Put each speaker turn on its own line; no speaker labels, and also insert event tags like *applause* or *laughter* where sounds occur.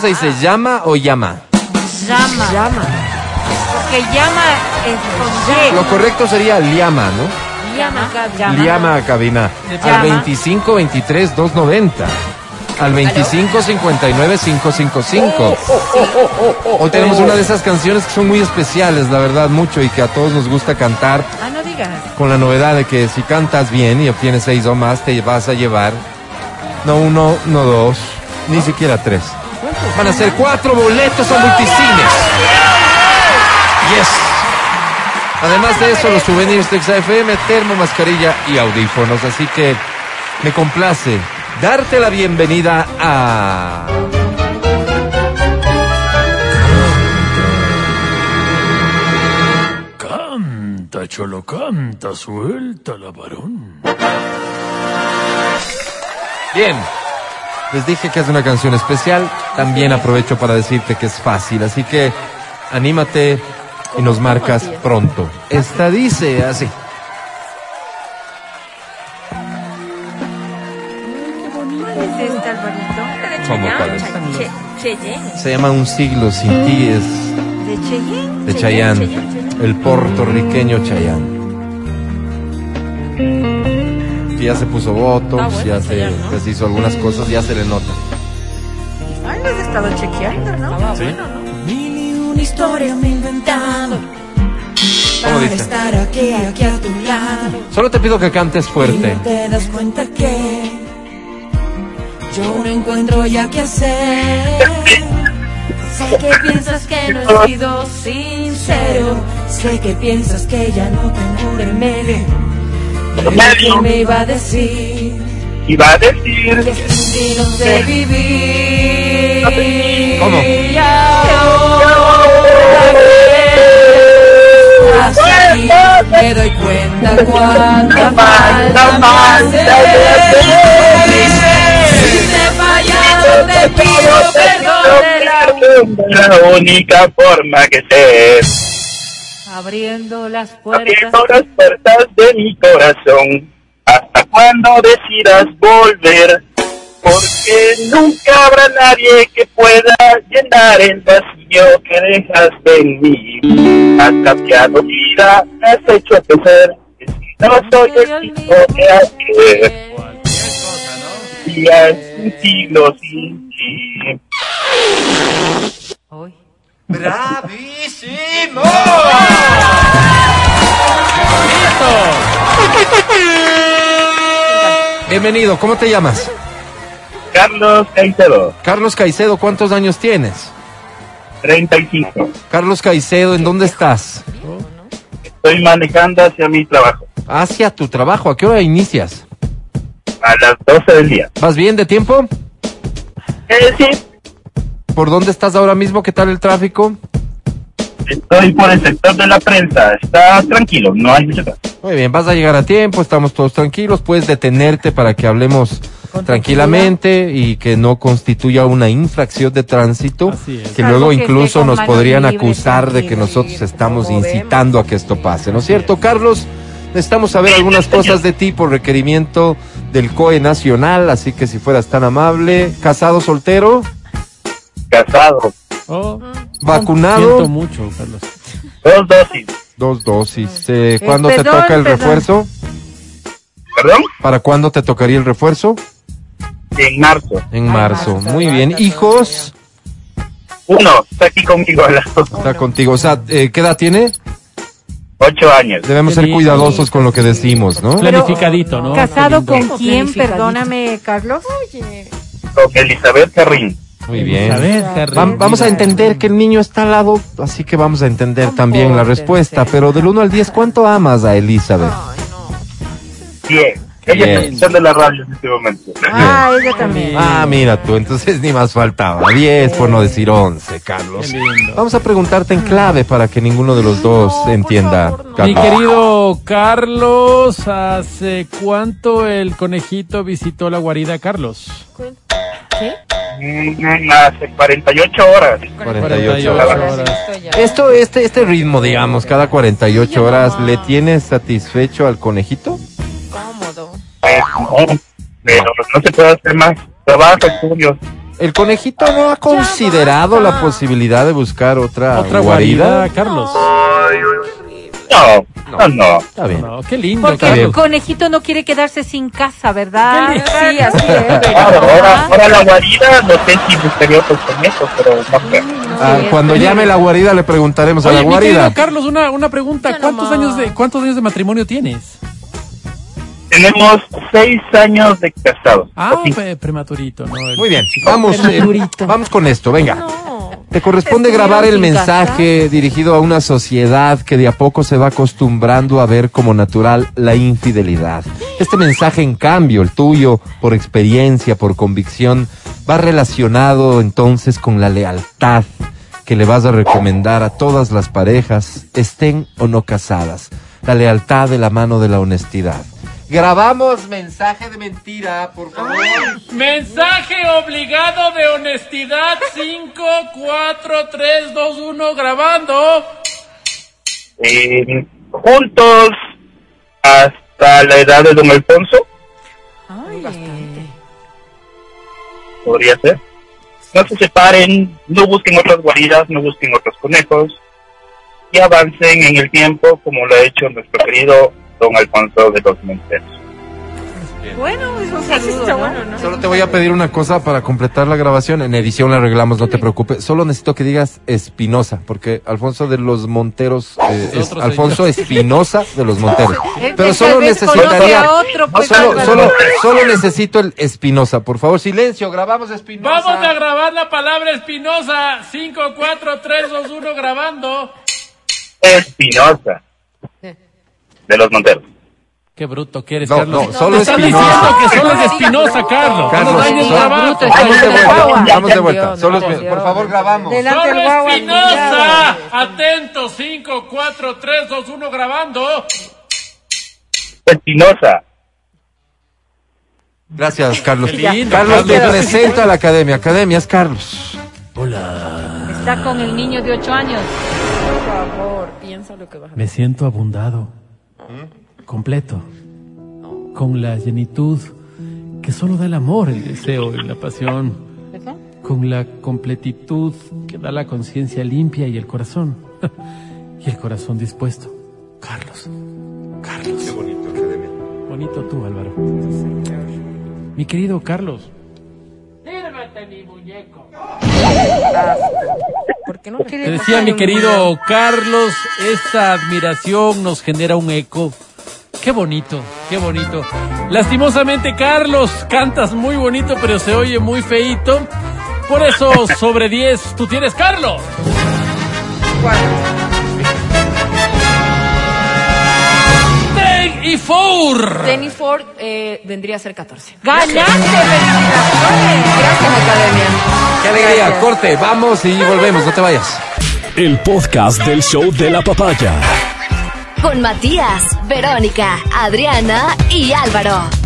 se dice llama o llama?
Llama. Porque llama es con Y.
Lo correcto sería llama, ¿no?
Llama,
Llama, a cabina.
Llama.
Al 25 23 290. Al 25 59 555. Hoy tenemos una de esas canciones que son muy especiales, la verdad, mucho y que a todos nos gusta cantar.
Ah, no digas.
Con la novedad de que si cantas bien y obtienes seis o más, te vas a llevar no uno, no dos, ni siquiera tres. Van a ser cuatro boletos a multicines. Yes. Además de eso, los souvenirs de XFM, termo, mascarilla y audífonos. Así que me complace darte la bienvenida a.
Canta, cholo, canta, suelta la varón.
Bien. Les dije que es una canción especial. También aprovecho para decirte que es fácil. Así que anímate y nos marcas pronto. Esta dice así.
¿Cuál es este, Alvarito?
¿Cómo cuál es?
Che- Cheyenne.
Se llama Un siglo sin ti. Es
¿De Cheyenne?
de Chayanne, el puertorriqueño Chayanne. Que ya se puso botox,
Ah, bueno,
ya se,
Chayanne, ¿no?
pues, hizo algunas cosas, ya se le nota.
Ay, no has estado chequeando, ¿no?
Mil y una historia me he inventado
¿Cómo
para
dice?
estar aquí, aquí a tu lado.
Solo te pido que cantes
Y
fuerte.
no te das cuenta que yo no encuentro ya qué hacer. sé que piensas que no he sido sincero. Sé que piensas que ya no tengo remedio. Y
Remedio.
yo me iba a decir
Y va a decir
que sin ti no sé vivir.
¿Cómo?
Y ahora que estás aquí, me doy cuenta cuánta falta me haces. Si te he fallado, te pido perdón. de la-
la única forma que sé es
Abriendo las puertas.
abriendo las puertas de mi corazón. ¿Hasta cuándo decidas volver? Porque nunca habrá nadie que pueda llenar el vacío que dejas en mí. Has cambiado vida, has hecho crecer. que si No soy el tipo que has querer. Y has un siglo sin ti.
Uy.
Bienvenido, ¿cómo te llamas?
Carlos Caicedo,
Carlos Caicedo, ¿cuántos años tienes?
35.
Carlos Caicedo, ¿en dónde estás?
Estoy manejando hacia mi trabajo
Hacia tu trabajo, ¿a qué hora inicias?
a las 12 del día.
¿Vas bien de tiempo?
Es decir,
¿Por dónde estás ahora mismo? ¿Qué tal el tráfico?
estoy por el sector de la prensa. Está tranquilo, no hay mucho tráfico.
Muy bien, vas a llegar a tiempo, estamos todos tranquilos, puedes detenerte para que hablemos tranquilamente y que no constituya una infracción de tránsito,
Así es.
que
Algo
luego
que esté
incluso
con
nos
mano
podrían
libre,
acusar de que
tranquilo,
nosotros
libre,
estamos
como vemos.
incitando a que esto pase, ¿no es cierto, Carlos? Necesitamos saber algunas cosas de ti por requerimiento del COE Nacional, así que si fueras tan amable, casado, soltero,
Casado,
Oh, Siento
vacunado,
mucho, Carlos.
dos dosis.
dos dosis. Eh,
Eh,
¿Cuándo te
perdón,
toca el
perdón.
refuerzo?
¿Perdón?
¿Para cuándo te tocaría el refuerzo?
En marzo.
En
Ay,
marzo.
marzo,
Muy
aguanta
bien.
todavía.
Hijos,
Uno, está aquí conmigo a las
está contigo. O sea, eh, ¿qué edad tiene?
ocho años.
Debemos
Qué
ser
lindo.
cuidadosos con lo que decimos, ¿no?
Pero-
Planificadito, ¿no?
¿Casado
Lindo.
con quién? Perdóname, Carlos.
Con Elizabeth Carrín.
Muy bien.
A ver, Carlos.
Vam- vamos a entender que el niño está al lado, así que vamos a entender también la respuesta. Pero del 1 al 10, ¿cuánto amas a Elizabeth?
Bien. Ella
Bien.
está escuchando la radio en este momento.
Ah, ella también.
Ah, mira tú, entonces ni más faltaba. 10 por no decir 11, Carlos.
Qué lindo.
Vamos a preguntarte en clave para que ninguno de los dos entienda.
Mi
Carlos.
querido Carlos, ¿hace cuánto el conejito visitó la guarida, Carlos?
Mm, Hace 48 horas.
48
horas.
Esto, este, este ritmo, digamos, cada 48 horas, ¿le tiene satisfecho al conejito?
Eh, no, pero no se puede hacer más. Trabajo, estudios.
¿El conejito no ha considerado la posibilidad de buscar otra,
Otra
guarida?
guarida, Carlos.
No, no, no.
Está bien.
No, qué lindo,
Porque
bien.
el
Carlos.
conejito no quiere quedarse sin casa, ¿verdad? Sí, así
*laughs* Claro, Ah, ahora,
es.
ahora la guarida, no sé si buscaría otros conejos, pero no creo.
Ah, cuando llame la guarida le preguntaremos a
Oye,
la
mi querido
guarida.
Carlos, una, una pregunta.
Ya
¿Cuántos
nomás.
años, de, ¿Cuántos años de matrimonio tienes?
Tenemos seis años de casados.
Ah,
Así,
pre- prematurito, ¿no? El-
Muy bien, vamos, eh, vamos con esto, venga. Te corresponde
Estuvieron
grabar el
sin
mensaje dirigido a una sociedad que de a poco se va acostumbrando a ver como natural la infidelidad. Este mensaje, en cambio, el tuyo, por experiencia, por convicción, va relacionado entonces con la lealtad que le vas a recomendar a todas las parejas, estén o no casadas. La lealtad de la mano de la honestidad. Grabamos mensaje de mentira, por favor.
Mensaje obligado de honestidad 5, 4, 3, 2, 1, grabando.
eh, juntos hasta la edad de Don Alfonso, podría ser. No se separen, no busquen otras guaridas, no busquen otros conejos y avancen en el tiempo como lo ha hecho nuestro querido Don Alfonso de los Monteros.
Bueno, es un saludo, ¿no?
Solo te voy a pedir una cosa para completar la grabación. En edición la arreglamos, no te preocupes. Solo necesito que digas Espinosa, porque Alfonso de los Monteros eh, es
Otro
Alfonso Espinosa de los Monteros.
Eh,
Pero
tal
solo
vez conoce
necesitaría.
a otro, pues,
Solo,
Álvaro.
solo, solo necesito el Espinosa. Por favor, silencio, grabamos Espinosa.
grabar la palabra espinosa 5, 4, 3, 2, 1, grabando.
Espinosa de los Monteros.
Qué bruto que eres,
No,
Carlos.
no, solo
Te están
Espinosa.
diciendo que solo es espinosa, Carlos.
Carlos,
no dañes
solo-
el trabajo.
bruto,
vamos de
Ay,
vuelta.
guau.
Vamos de
Ya
vuelta.
entendió,
Solo
no
Espinosa.
entendió.
por favor, grabamos.
Delante el guau, guau.
Atento, 5, 4, 3, 2, 1, grabando.
Espinosa.
Gracias, Carlos.
Qué lindo,
Carlos, te
Carlos.
presento a la academia. Academia es Carlos.
Está con el niño de 8 años.
Por favor, piensa lo que vas a
Me siento abundado, completo, con la llenitud que solo da el amor, el deseo y la pasión, con la completitud que da la conciencia limpia y el corazón, *laughs* y el corazón dispuesto. Carlos, Carlos. Qué bonito, Bonito tú, Álvaro. Mi querido Carlos.
¿Por qué no le
Te decía mi querido Carlos, esta admiración nos genera un eco. Qué bonito, qué bonito. Lastimosamente, Carlos, cantas muy bonito, pero se oye muy feito. Por
*laughs*
eso, sobre 10, tú tienes Carlos. Ten y four.
Danny Ford eh, vendría a ser 14.
¡Ganaste! ¡Felicidades!
Gracias, Academia.
Qué alegría. Corte, vamos y volvemos. No te vayas.
El podcast del show de la papaya.
Con Matías, Verónica, Adriana y Álvaro.